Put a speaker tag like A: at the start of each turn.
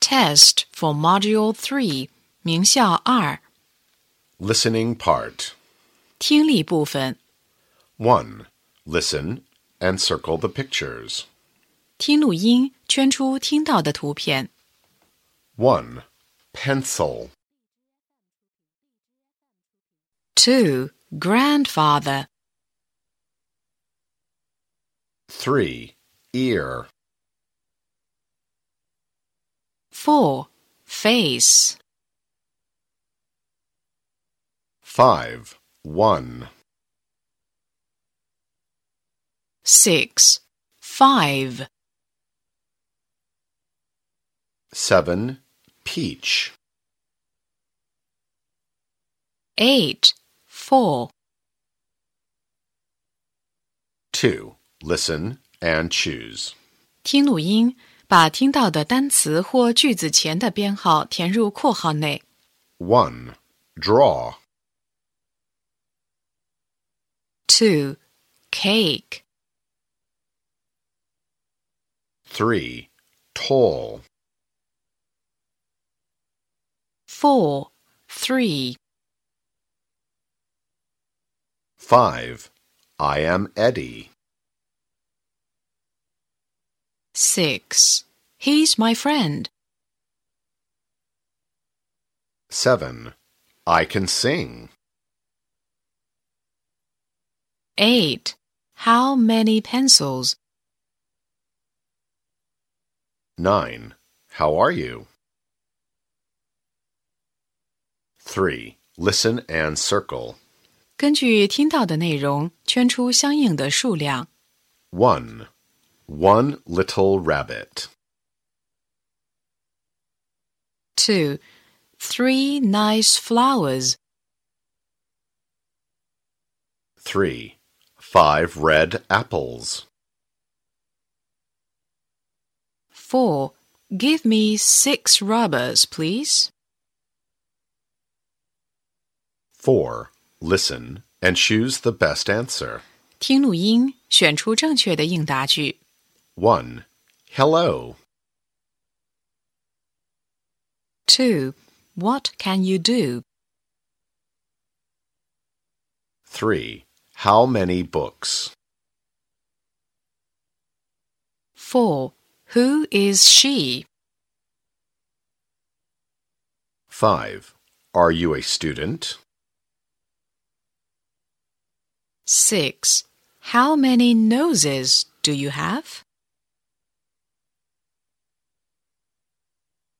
A: test for Module 3, 名校二
B: Listening part.
A: 听力部分。
B: 1. Listen and circle the pictures.
A: 听录音，圈出听到的图片。
B: 1. Pencil.
A: 2. Grandfather.
B: 3. Ear.
A: 4. Face.
B: 5. 1.
A: 6. Five.
B: 7. Peach.
A: 8. Four.
B: 2. Listen and choose.
A: 听录音，把听到的单词或句子前的编号填入括号内。
B: 1. Draw.
A: 2. Cake.
B: 3. Tall.
A: 4. Three.
B: 5. I am Eddie.
A: 6. He's my friend.
B: 7. I can sing.
A: 8. How many pencils?
B: 9. How are you? 3. Listen and circle.
A: 根据听到的内容，圈出相应的数量。
B: 1. One little rabbit.
A: 2. Three nice flowers.
B: 3. Five red apples.
A: 4. Give me six rubbers, please.
B: 4. Listen and choose the best answer.
A: 听录音，选出正确的应答句。
B: 1. Hello.
A: 2. What can you do?
B: 3. How many books?
A: 4. Who is she?
B: 5. Are you a student?
A: 6. How many noses do you have?